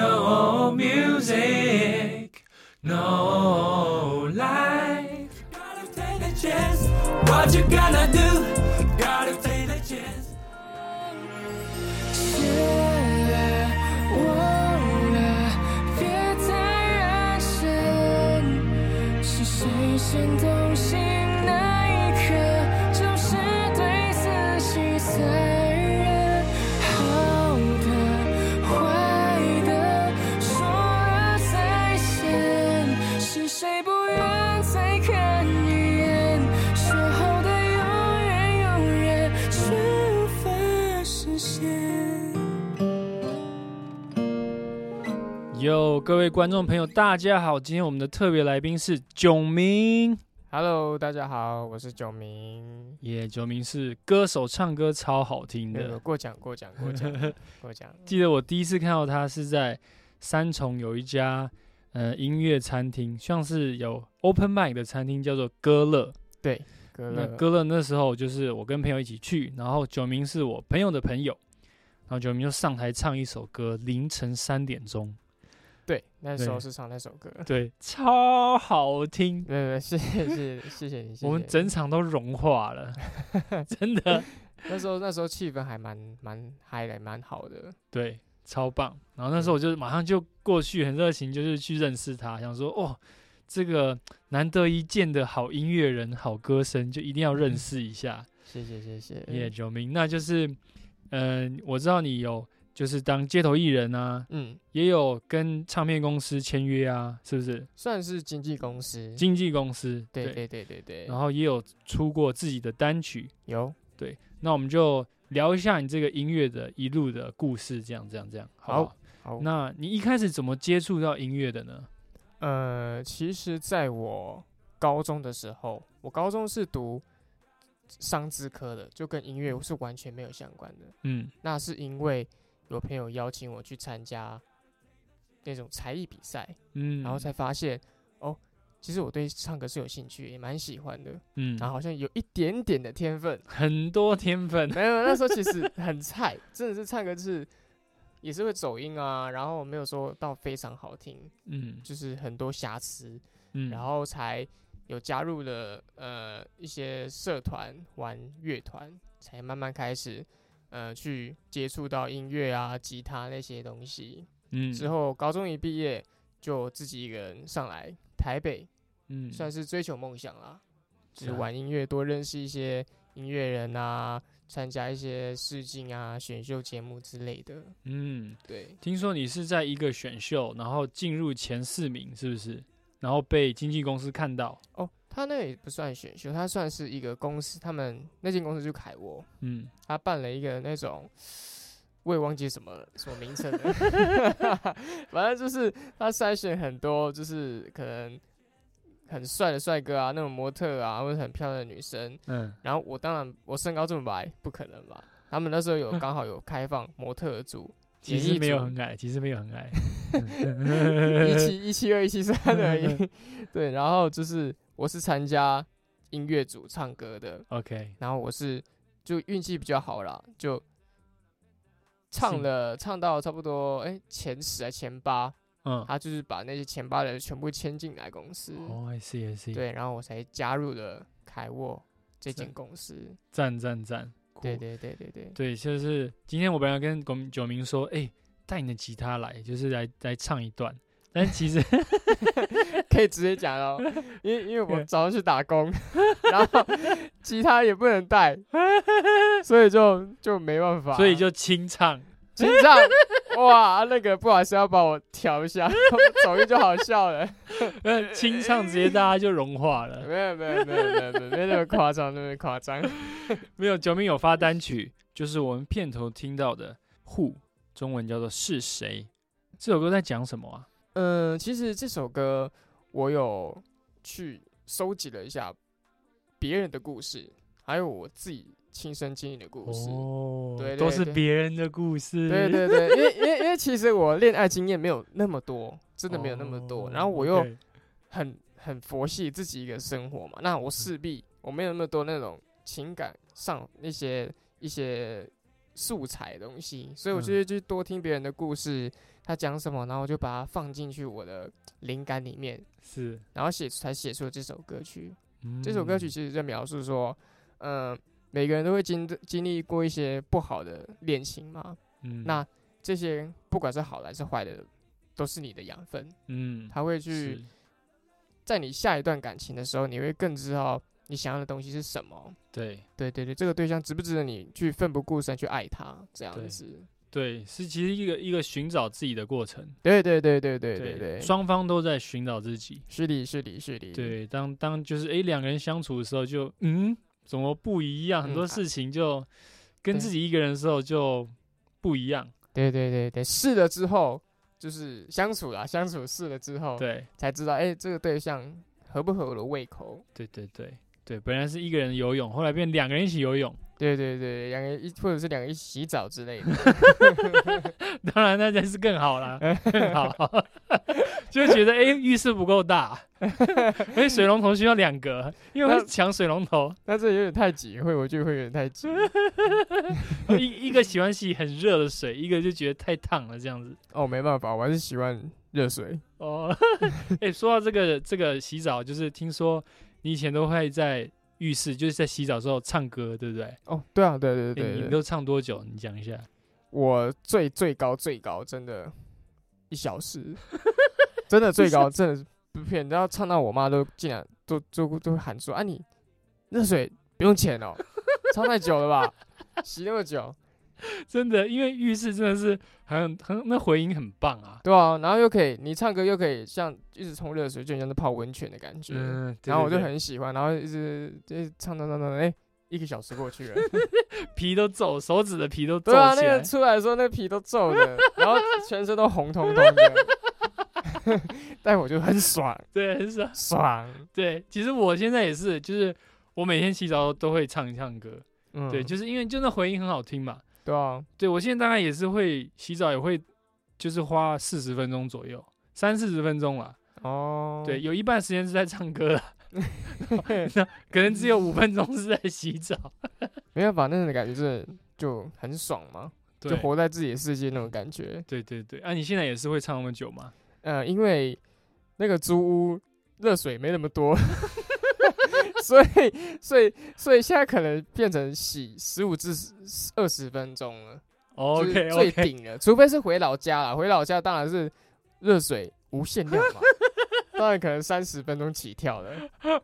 No music, no life. Gotta take a chance. What you gonna do? Gotta take a chance. 谢了，忘了，别再燃烧。是谁先动心那一刻，就是对自己残忍。好的，呃坏的，说了再见，是谁不愿再看一眼？说好的永远永远，却无法实现。哟，各位观众朋友，大家好！今天我们的特别来宾是炯明， Hello，大家好，我是九明。耶、炯明是歌手，唱歌超好听没有没有的。过奖过奖过奖过奖，记得我第一次看到他是在三重有一家呃音乐餐厅，像是有 open mic 的餐厅，叫做歌乐。哥那了歌乐那时候就是我跟朋友一起去，然后九明是我朋友的朋友，然后九明就上台唱一首歌，凌晨三点钟，对，那时候对是唱那首歌。对，超好听，没有没有，谢谢谢谢谢谢你，谢 我们谢整场都融化 了，真的。那时候那时候气氛还蛮蛮嗨的，蛮好的。对，超棒。然后那时嗯候我就马上就过去，很热情，就是去认识他，想说哦，这个难得一见的好音乐人、好歌声，就一定要嗯认识一下。谢谢谢谢，耶，九明，那就是，嗯、我知道你有就是当街头艺人啊，嗯，也有跟唱片公司签约啊，是不是？算是经纪公司。经纪公司嗯对对对对对，然后也有出过自己的单曲。有那我们就聊一下你这个音乐的一路的故事，这样这样这样，好不好好好那你一开始怎么接触到音乐的呢？呃，其实在我高中的时候，我高中是读商资科的，就跟音乐是完全没有相关的。嗯那是因为有朋友邀请我去参加那种才艺比赛，嗯，然后才发现哦，其实我对唱歌是有兴趣，也蛮喜欢的，嗯，。然后好像有一点点的天分 很多天分，没有，那时候其实很菜，真的是唱歌就是也是会走音啊，然后没有说到非常好听，嗯就是很多瑕疵，嗯，然后才有加入了呃一些社团玩乐团，才慢慢开始呃去接触到音乐啊、吉他那些东西。嗯之后高中一毕业，就自己一个人上来台北，嗯算是追求梦想啦，就是啊玩音乐，多认识一些音乐人啊，参加一些试镜啊、选秀节目之类的。嗯，对，听说你是在一个选秀，然后进入前四名，是不是？然后被经纪公司看到，哦，他那也不算选秀，他算是一个公司，他们那间公司就凯沃，嗯，他办了一个那种，我也忘记什么什么名称了， 反正就是他筛选很多，就是可能很帅的帅哥啊，那种模特啊，或者很漂亮的女生。嗯，然后我当然我身高这么白，不可能吧？他们那时候 有刚好有开放模特组，其演实艺没有组很矮，其实没有很 矮，一七一七二一七三而已。 对，然后就是我是参加音乐组唱歌的， OK，然后我是就运气比较好啦，就唱幸了唱到差不多哎、前十还前八，嗯，他就是把那些前八的人全部签进来公司，哦，I see I see，，对，然后我才加入了凯沃这是间公司。赞赞赞，对酷对对对对，对，就是今天我本来跟龚九明说，哎、带你的吉他来，就是来来唱一段，但 其实可以直接讲哦，因为因为我早上去打工， 然后吉他也不能 带，所以就就没办法，所以就清唱，紧张。哇，那个不好意思，要把我调一下， 走音就好笑 了。呃，清唱直接大家就融化了。没有没有没有没有没有没有那么夸张，那么夸张。没有，九明有发单曲，就是我们片头听到的《Who》，中文叫做《是谁》。这首歌在讲什么啊？嗯，其实这首歌我有去收集了一下别人的故事，还有我自己亲身经历的故事。哦对对都是对别人的故事。对对对，因为因为因为其实我恋爱经验没有那么多，真的没有那么多。然后我又哦 OK 很很佛系自己一个生活嘛，那我嗯势必我没有那么多那种情感上那些一些素材的东西，所以我就嗯是去多听别人的故事，他讲什么，然后我就把它放进去我的灵感里面，是，然后写才写出了这首歌曲。嗯这首歌曲其实在描述说，嗯、每个人都会经经历过一些不好的恋情嘛，嗯那这些不管是好的还是坏的，都是你的养分，嗯，它会是去在你下一段感情的时候，你会更知道你想要的东西是什么。对对对对，这个对象值不值得你去奋不顾身去爱他这样对子？对，是其实一个一个寻找自己的过程，对对对对对对对，双方都在寻找自己。是的，是的，是的，对，当当就是诶，两个人相处的时候就，嗯，怎么不一样？很嗯多啊事情就跟对自己一个人的时候就不一样。对对对对，试了之后就是相处啦，相处试了之后，对，才知道哎、这个对象合不合我的胃口。对对对对，本来是一个人游泳，后来变两个人一起游泳。对对对，两个人一或者是两个人一起洗澡之类的。 当然，那真是更好啦，更好， 就觉得哎、诶浴室不够大，因为水龙头需要两个，因为那会抢水龙头，那这有点太挤，会我觉得会有点太挤。一一个喜欢洗很热的水，一个就觉得太烫了这样子。哦，没办法，我还是喜欢热水。哦， 哎、说到这个这个洗澡，就是听说你以前都会在浴室，就是在洗澡的时候唱歌，对不对？哦，对啊，对对诶对哎你对们对，都唱多久？你讲一下。我最最高最高真的，一小时， 真的最高，真的不骗。然后唱到我妈都竟然都都都会喊说：“啊你，热水不用钱哦，唱太久了吧，洗那么久。”真的，因为浴室真的是很很那回音很棒啊。对啊，然后又可以，你唱歌又可以像一直冲热水，就很像在泡温泉的感觉。嗯，对然后我就对对很喜欢，然后一直一直唱唱唱唱，哎、一个小时过去了。皮都皱，手指的皮都皱对啊，那起个来。出来的时候，那个皮都皱 的，然后全身都红彤彤的， 但我就很爽，对，很爽。爽。对，其实我现在也是，就是我每天洗澡都会唱一唱歌。嗯，对，就是因为就那回音很好听嘛。对啊，对我现在大概也是会洗澡，也会就是花四十分钟左右，三四十分钟啦。哦，对，，有一半时间是在唱 歌啦，那可能只有五分钟是在洗澡。没办法，那种感觉是就很爽嘛， 就对，活在自己的世界那种感觉。对对对。啊，你现在也是会唱那么久吗？呃，因为那个租屋热水没那么 多， 所以所以所以现在可能变成洗十五至二十分钟了哦就是，OK 最 OK，顶了。除非是回老家了，回老家当然是热水无限量 嘛，当然可能三十分钟起跳了。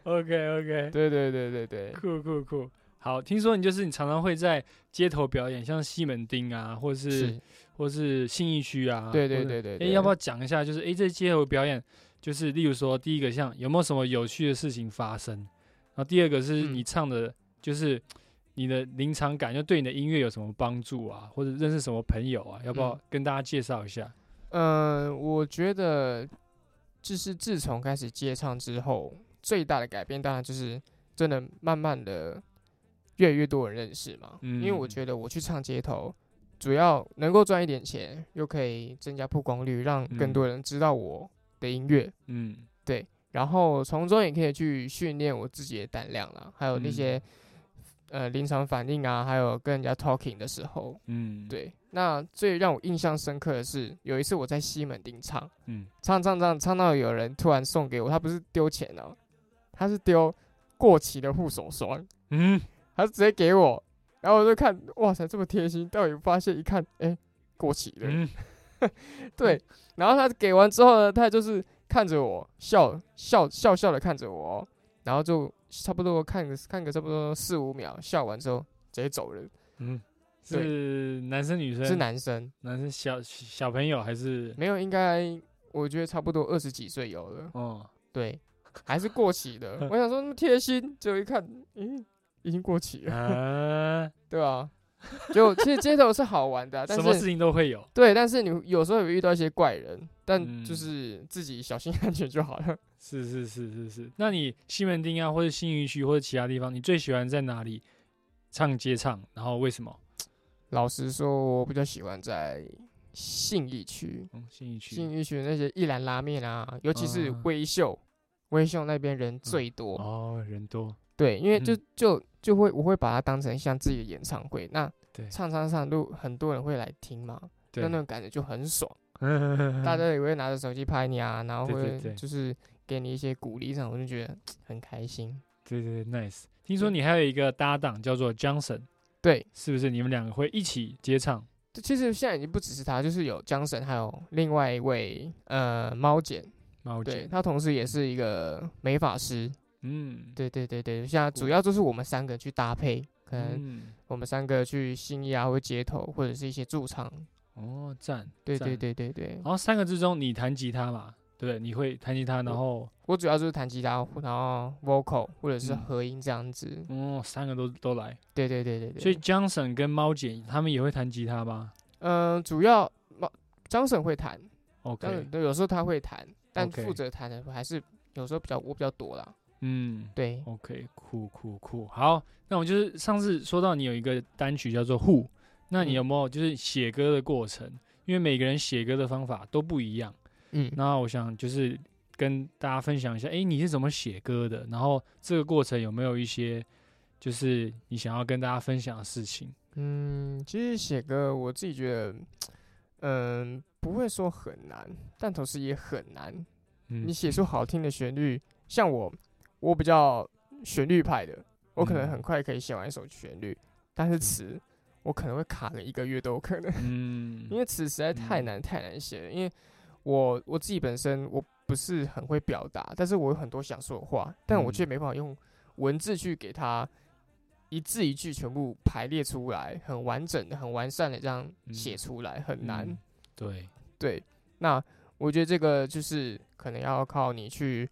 OK OK，对对对对对，哦酷酷酷。好，听说你就是你常常会在街头表演，像西门町啊，或是是，或是信义区啊，对对或者。对对哎、对。要不要讲一下？就是哎、诶这街头表演，就是例如说，第一个像有没有什么有趣的事情发生？然后第二个是嗯你唱的，就是你的临场感，就对你的音乐有什么帮助啊？或者认识什么朋友啊？要不要嗯跟大家介绍一下？嗯、我觉得就是自从开始接唱之后，最大的改变当然就是真的慢慢的越来越多人认识嘛。因为我嗯觉得我去唱街头，主要能够赚一点钱，又可以增加曝光率，让更嗯多人知道我的音乐，嗯，然后从中也可以去训练我自己的胆量啦，还有那嗯些、呃临场反应啊，还有跟人家 talking 的时候。嗯，，对，那最让我印象深刻的是，有一次我在西门町唱。嗯，唱唱唱唱到有人突然送给我，他不是丢钱哦、他是丢过期的护手霜，嗯，他直接给我，然后我就看，哇塞，这么贴心，到底发现一看，哎、过期了，嗯， 对，然后他给完之后呢，他就是看着我笑笑笑笑的看着我哦，然后就差不多看个看个差不多四五秒，笑完之后直接走人，嗯， 对是男生女生？是男生，男生小小朋友还是？没有，应该我觉得差不多二十几岁有了。 哦，对，还是过期的。 我想说那么贴心，结果一看，咦、已经过期了，啊，对啊？就其实街头是好玩的啊、但什么事是情都会有。对，但是你有时候也会遇到一些怪人，但就嗯是自己小心安全就好了。是是是是是。那你西门町啊，或者新余区，或者其他地方，你最喜欢在哪里唱街唱？然后为什么？老实说，我比较喜欢在信义区，嗯，新余区信。义区那些一兰拉面啊，尤其是啊嗯微秀，微秀那边人最多。哦，人多。对，因为就嗯就就会我会把它当成像自己的演唱会，那对唱唱唱，都很多人会来听嘛，对 那那种感觉就很爽。大大家也会拿着手机拍你啊，然后对对会对就是给你一些鼓励上，我就觉得很开心。对对对，nice。听说你还有一个搭档叫做 Johnson，对，是不是？你们两个会一起接唱？这其实现在已经不只是他，就是有江神，还有另外一位呃猫姐，猫对姐，他同时也是一个美发师。嗯，对对对对，现在主酷要就是我们三个去搭配，可能嗯，我们三个去新义啊，或者街头，或者是一些驻场。哦，赞，对赞对。对对对然，后三个之中，你弹吉他嘛？对不对，你会弹吉他，然后我主要就是弹吉他，然后 vocal 或者是嗯合音这样子。哦，三个都都来。对对对对对。所以 Johnson 跟猫姐他们也会弹吉他吗嗯、主要猫张婶会弹，张？OK，婶有时候他会弹，但 OK 负责弹的还是有时候比较我比较多啦。嗯对， ，OK，酷酷酷。好，那我们就是上次说到你有一个单曲叫做《Who》，那嗯你有没有就是写歌的过程？因为每个人写歌的方法都不一样。嗯，那我想就是跟大家分享一下，诶，你是怎么写歌的？然后这个过程有没有一些就是你想要跟大家分享的事情？嗯，其实写歌我自己觉得，嗯，不会说很难，但同时也很难。嗯你写出好听的旋律，像我，我比较旋律派的，我可能嗯很快可以写完一首旋律，但是词我可能会卡个一个月都有可能，嗯因为词实在太嗯难太难写了。因为我我自己本身我不是很会表达，但是我有很多想说的话，但我却嗯没办法用文字去给它。一字一句全部排列出来，很完整的、很完善的这样写嗯出来，很难。嗯对，对，那我觉得这个就是可能要靠你去，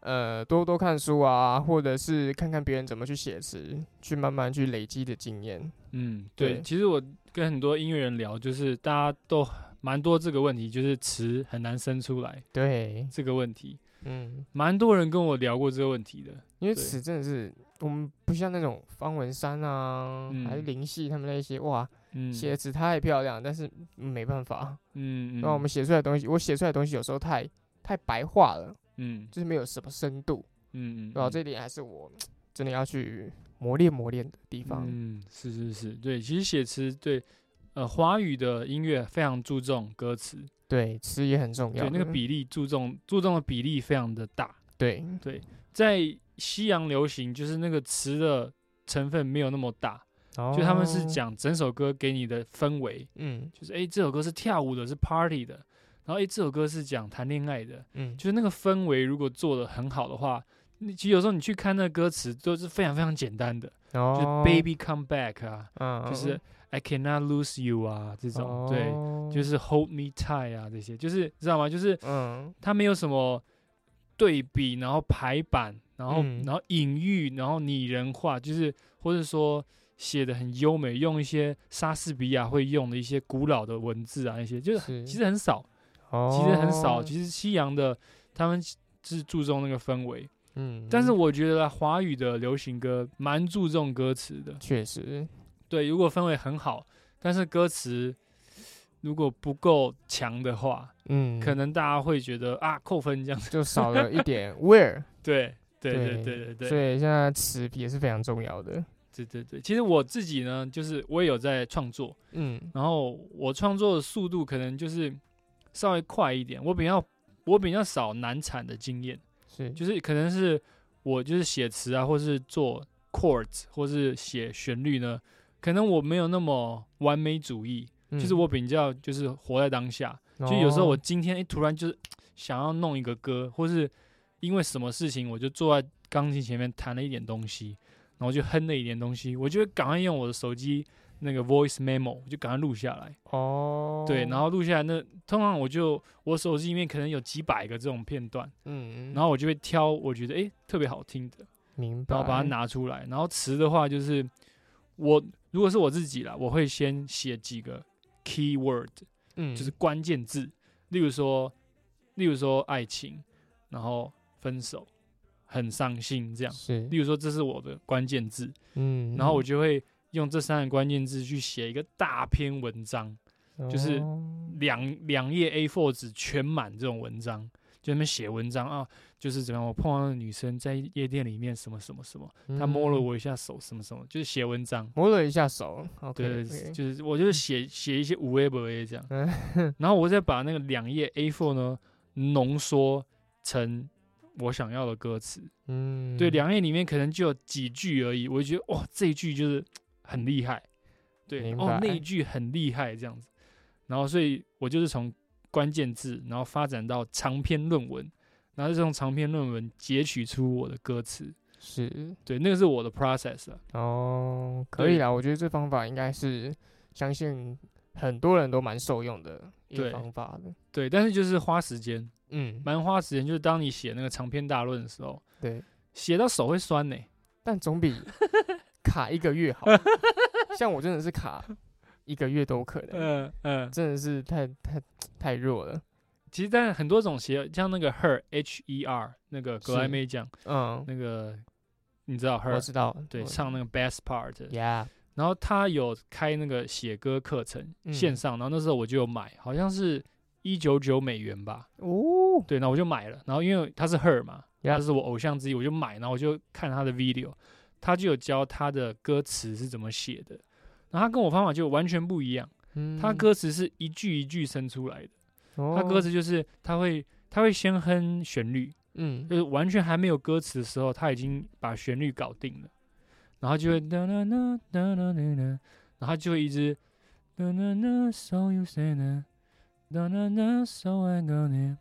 呃，多多看书啊，或者是看看别人怎么去写词，去慢慢去累积的经验。嗯对。对其实我跟很多音乐人聊，就是大家都蛮多这个问题，就是词很难生出来对，这个问题，嗯，蛮多人跟我聊过这个问题的。因为对词真的是我们不像那种方文山啊，还是嗯林夕他们那些，哇，嗯，写的词太漂亮，但是嗯没办法，嗯，嗯，那我们写出来的东西，我写出来的东西有时候太太白话了，嗯就是没有什么深度，嗯嗯，对吧、嗯这一点还是我真的要去磨练磨练的地方。嗯，是是是，对，其实写词对，呃，华语的音乐非常注重歌词，对，吃也很重要对的。那个比例注重注重的比例非常的大，对，在西洋流行就是那个词的成分没有那么大，就就他们是，哦讲整首歌给你的氛围，嗯就是诶，这首歌是跳舞的，是 party 的，然后诶，这首歌是讲谈恋爱的，嗯，就是那个氛围如果做的很好的话。你其实有时候你去看那个歌词都是非常非常简单的，就是哦 “baby come back” 啊，嗯，哦就是 I cannot lose you 啊这这，种，对，就是是 hold me tight 啊这些，就是知道吗？就是嗯，它没有什么对比，然后排版，然后、嗯然后隐喻，然后拟人化，就是或者说写的很优美，用一些莎士比亚会用的一些古老的文字啊那些，就是是其实很少，其实很哦少，其实西洋的他们是注重那个氛围，嗯，但是我觉得啊华语的流行歌蛮注重歌词的，确实，对，如果氛围很好，但是歌词如果不够强的话，嗯，可能大家会觉得啊扣分这样 子。就少了一点 where，对对对对对对所对以现在词也是非常重要的。对对对。其实我自己呢，就是我也有在创作，嗯，然后我创作的速度可能就是稍微快一点，我比较我比较少难产的经验，是，就是可能是我就是写词啊，或是做 chords，或是写旋律呢，可能我没有那么完美主义，就嗯，是哦我比较就是活在当下，就就有时候我今天诶突然就是想要弄一个歌，或是因为什么事情，我就坐在钢琴前面弹了一点东西，然后就哼了一点东西，我就会赶快用我的手机那个 voice memo 我就赶快录下来。哦，对，然后录下来那通常我就我手机里面可能有几百个这种片段，嗯，然后我就会挑我觉得诶特别好听的，明白，然后把它拿出来。然后词的话就是我如果是我自己啦，我会先写几个 key word。嗯，就是关键字，例如说，例如说爱情，然后分手，很伤心这样。是，例如说，这是我的关键字，嗯，然后我就会用这三个关键字去写一个大篇文章，就是哦两两页 A4 纸全满这种文章，就在那边写文章啊，就是怎么样，我碰到那个女生在夜店里面什么什么什么，她摸了嗯，我一下手，什么什么，就是写文章。摸了一下手，OK，对就是我就是写写一些无微不微这样嗯，然后我再把那个两页 A4 呢浓缩成我想要的歌词。嗯，对，两页里面可能就有几句而已，我就觉得哇，这一句就是很厉害，对，明哦，那白一句很厉害这样子，然后所以我就是从关键字，然后发展到长篇论文，然后就从长篇论文截取出我的歌词，是对，那个是我的 process 啊，哦，可对以啦，我觉得这方法应该是相信很多人都蛮受用的一个对方法的。对，但是就是花时间，嗯，蛮花时间，就是当你写那个长篇大论的时候，对，写到手会酸呢、但总 比卡一个月好。像我真的是卡一个月都有可能，嗯嗯，真的是太太太弱了。其实但很多种写，像那个 her h e r 那个格莱是美奖嗯，那个，你知道 her 我知道，对，我唱那个 Best Part，哦，Yeah，然后他有开那个写歌课程嗯线上，然后那时候我就有买，好像是一九九美元吧，哦，对，然后我就买了，然后因为他是 Her 嘛， Yeah 他是我偶像之一，我就买，然后我就看他的 video，他就有教他的歌词是怎么写的，然后他跟我方法就完全不一样，他嗯，哦歌词是一句一句生出来的，他他歌，词就是他会他会先哼旋律，嗯就是完全还没有歌词的时候，他已经把旋律搞定了，然后就会哒哒哒哒哒哒哒，然后他就会一直哒哒哒，so you say 呢，哒哒哒，so I go 呢，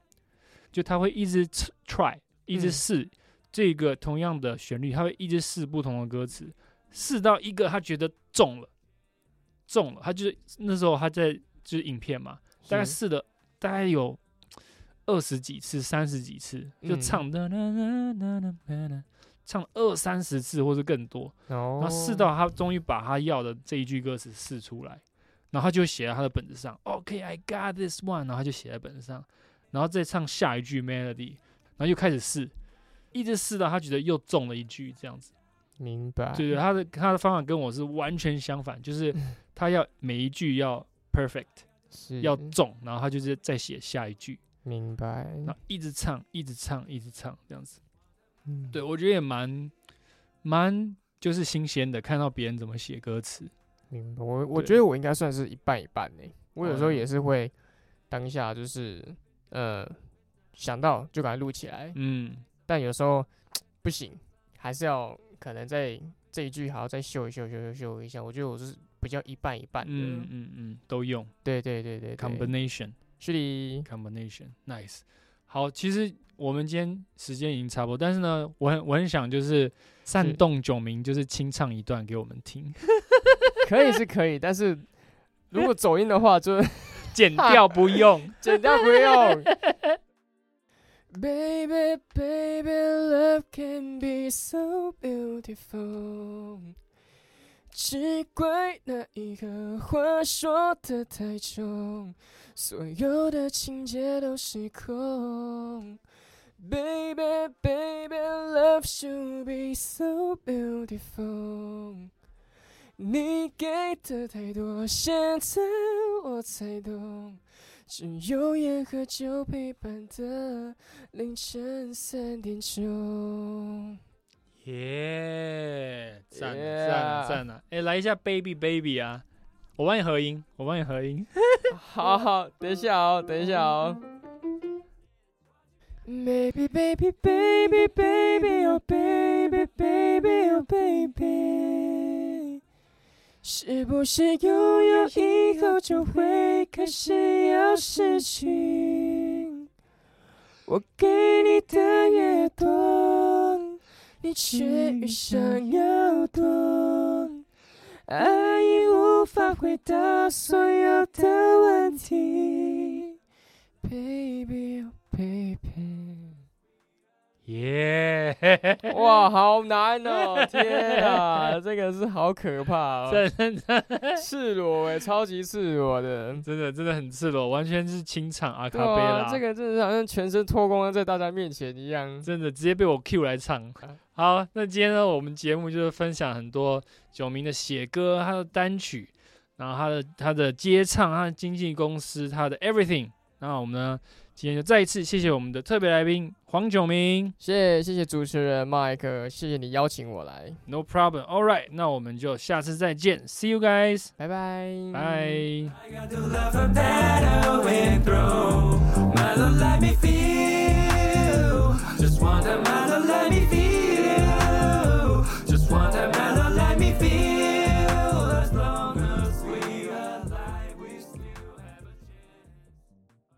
就他会一直 tr- try，一直嗯试、这个同样的旋律，他会一直试不同的歌词，试到一个他觉得中了，中了，他就是那时候他在就是影片嘛，大概是试了大概有二十几次、三十几次，就嗯唱的啦啦啦啦啦啦，唱了二三十次或是更多，然哦后，试到他终于把他要的这一句歌词试出来，然后他就写在他的本子上，OK，I、got this one，然后他就写在本子上，然后再唱下一句 melody，然后又开始试，一直试到他觉得又中了一句这样子。明白，对对，他的他的方法跟我是完全相反，就是嗯他要每一句要 perfect，是要中，然后他就是再写下一句，明白，然后一直唱，一直唱，一直唱这样子。嗯对，我觉得也蛮蛮就是新鲜的，看到别人怎么写歌词。明白，我我对觉得我应该算是一半一半呢、我有时候哦也是会当下就是呃想到就赶快录起来，嗯，但有时候不行，还是要可能在这一句还要再修一修修修修一下。我觉得我是比较一半一半的。嗯嗯嗯，都用对对对对对。 combination 是的， combination nice。好，其实我们今天时间已经差不多，但是呢，我很我很想就是是煽动九明，就是清唱一段给我们听，可以是可以，但是如果走音的话，就 剪掉不用。 剪掉不用。 Baby, baby, love can be so beautiful。只怪那一刻话说的太重，所有的情节都失控。Baby, baby, love should be so beautiful。你给的太多，现在我才懂。只有烟和酒陪伴的凌晨三点钟。耶，赞了 Yeah 赞了赞了！哎，来一下 baby baby 啊，我帮你合音，我帮你合音。好好，等一下哦，等一下哦。 Baby, baby, baby, baby, oh baby, baby, oh baby，是不是拥有以后就会开始要失去？我给你的越多，你却越想要多，爱已无法回答所有的问题，baby。baby，oh, 耶， 哇，好难哦！天啊，这个是好可怕哦，真的赤裸哎，超级赤裸 的。真的真的很赤裸，完全是清唱阿对卡贝啊，拉，这个真的好像全身脱光了在大家面前一样。真的直接被我 Q 来唱啊。好，那今天呢，我们节目就是分享很多九明的写歌，他的单曲，然后他的他的接唱，他的经纪公司，他的 everything。那我们呢，今天就再一次谢谢我们的特别来宾黄炯明谢谢谢谢主持人麦克，谢谢你邀请我来， ，No problem。All right，那我们就下次再见，See you guys，拜拜，拜。 I got to love her better way through. My love, let me feel. Just want a mellow, let me feel. Just want a mellow, let me feel.